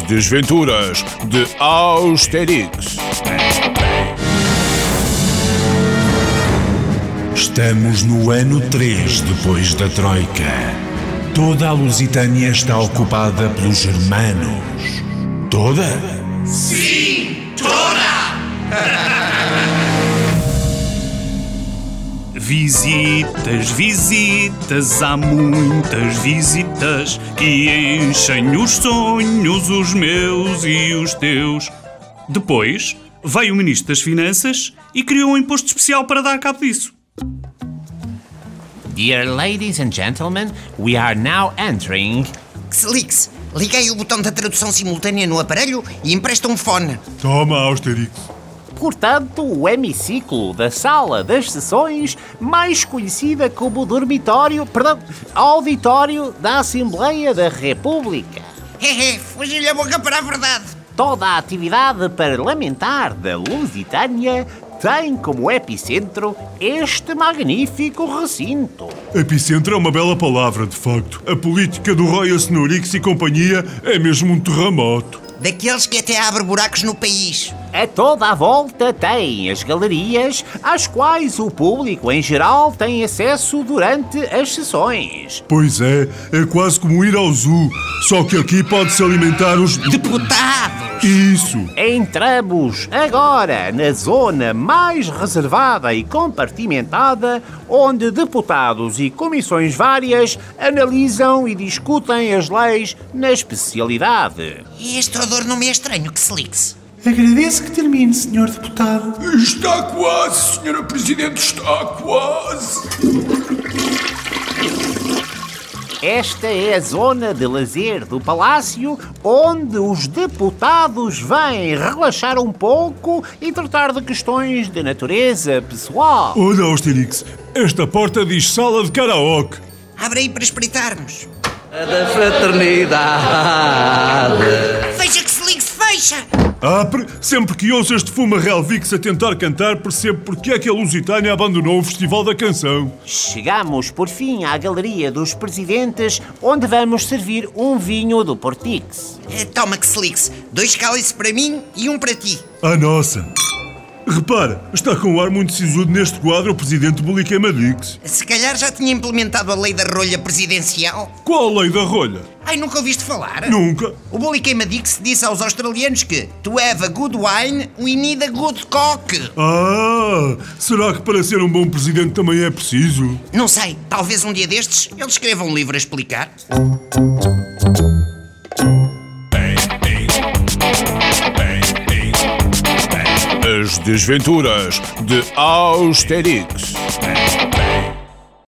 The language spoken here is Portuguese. Desventuras de Austerix. Estamos no ano 3 depois da Troika. Toda a Lusitânia está ocupada pelos germanos. Toda? Visitas, visitas, há muitas visitas que enchem os sonhos, os meus e os teus. Depois veio o Ministro das Finanças e criou um imposto especial para dar cabo disso. Dear ladies and gentlemen, we are now entering. Xlix, liguei o botão da tradução simultânea no aparelho e empresta um fone. Toma, Austerix. Portanto, o hemiciclo da sala das sessões, mais conhecida como dormitório, perdão, auditório da Assembleia da República. Hehe, fugi-lhe a boca para a verdade. Toda a atividade parlamentar da Lusitânia tem como epicentro este magnífico recinto. Epicentro é uma bela palavra, de facto. A política do Roy Asnorix e companhia é mesmo um terremoto. Daqueles que até abre buracos no país. A toda a volta tem as galerias às quais o público em geral tem acesso durante as sessões. Pois é, é quase como ir ao zoo, só que aqui pode-se alimentar os... Deputado! Isso! Entramos agora na zona mais reservada e compartimentada, onde deputados e comissões várias analisam e discutem as leis na especialidade. Este odor não me é estranho, Xlix. Agradeço que termine, senhor deputado. Está quase, Senhora Presidente, está quase. Esta é a zona de lazer do Palácio, onde os deputados vêm relaxar um pouco e tratar de questões de natureza pessoal. Olha, Austerix, esta porta diz sala de karaoke. Abre aí para espreitarmos. da fraternidade. Fecha, Xlix, fecha! Apre, sempre que ouço este fuma Relvix a tentar cantar, percebo porque é que a Lusitânia abandonou o Festival da Canção. Chegamos por fim à Galeria dos Presidentes, onde vamos servir um vinho do Portix. Eh, Toma, Xlix, dois cálices para mim e um para ti. A Ah, nossa. Repara, está com um ar muito sisudo neste quadro o Presidente Bulicama Dix. Se calhar já tinha implementado a lei da rolha presidencial. Qual a lei da rolha? Ai, nunca ouviste falar? Nunca. O Bully Queima Dix disse aos australianos que To have a good wine, we need a good cock. Ah, será que para ser um bom Presidente também é preciso? Não sei, talvez um dia destes ele escreva um livro a explicar. As Desventuras de Austerix.